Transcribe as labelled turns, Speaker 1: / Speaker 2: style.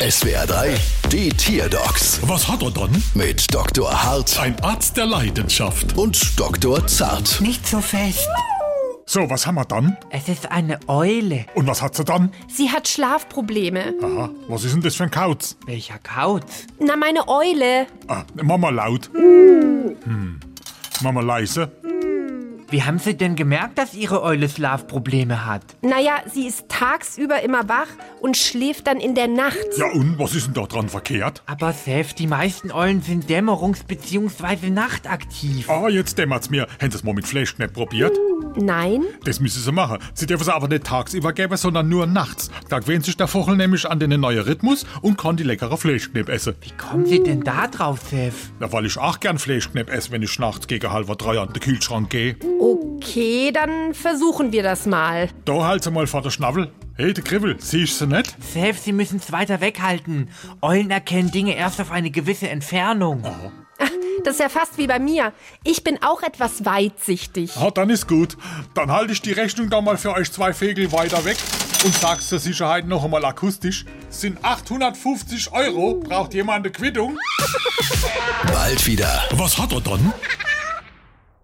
Speaker 1: SWR 3, die Tierdocs
Speaker 2: Was hat er dann?
Speaker 1: mit Dr. Hart
Speaker 2: Ein Arzt der Leidenschaft.
Speaker 1: und Dr. Zart.
Speaker 3: Nicht so fest.
Speaker 2: So, was haben wir dann?
Speaker 3: Es ist eine Eule.
Speaker 2: Und was hat sie dann?
Speaker 4: Sie hat Schlafprobleme.
Speaker 2: Aha, was ist denn das für ein Kauz?
Speaker 3: Welcher Kauz?
Speaker 4: Na, meine Eule.
Speaker 2: Ah, Mama laut. Hm. Mama leise.
Speaker 3: Wie haben Sie denn gemerkt, dass Ihre Eule Schlafprobleme hat?
Speaker 4: Naja, sie ist tagsüber immer wach und schläft dann in der Nacht.
Speaker 2: Ja und, was ist denn da dran verkehrt?
Speaker 3: Aber Seth, die meisten Eulen sind dämmerungs- bzw. nachtaktiv.
Speaker 2: Ah, jetzt dämmert's mir. Hätten sie es mal mit Flashnet probiert?
Speaker 4: Nein?
Speaker 2: Das müssen sie machen. Sie dürfen es aber nicht tagsüber geben, sondern nur nachts. Da gewöhnt sich der Vogel nämlich an den neuen Rhythmus und kann die leckere Fleischknepp essen.
Speaker 3: Wie kommen Sie denn da drauf, Seth?
Speaker 2: Na, weil ich auch gern Fleischknepp esse, wenn ich nachts gegen halber drei an den Kühlschrank gehe.
Speaker 4: Okay, dann versuchen wir das mal.
Speaker 2: Da halt sie mal vor der Schnabel. Hey, der Kribbel, siehst du nicht?
Speaker 3: Seth, Sie müssen es weiter weghalten. Eulen erkennen Dinge erst auf eine gewisse Entfernung.
Speaker 4: Das ist ja fast wie bei mir. Ich bin auch etwas weitsichtig.
Speaker 2: Ah, dann ist gut. Dann halte ich die Rechnung da mal für euch zwei Vögel weiter weg und sag's zur Sicherheit noch einmal akustisch. Sind 850 Euro. Braucht jemand eine Quittung?
Speaker 1: Bald wieder.
Speaker 2: Was hat er dann?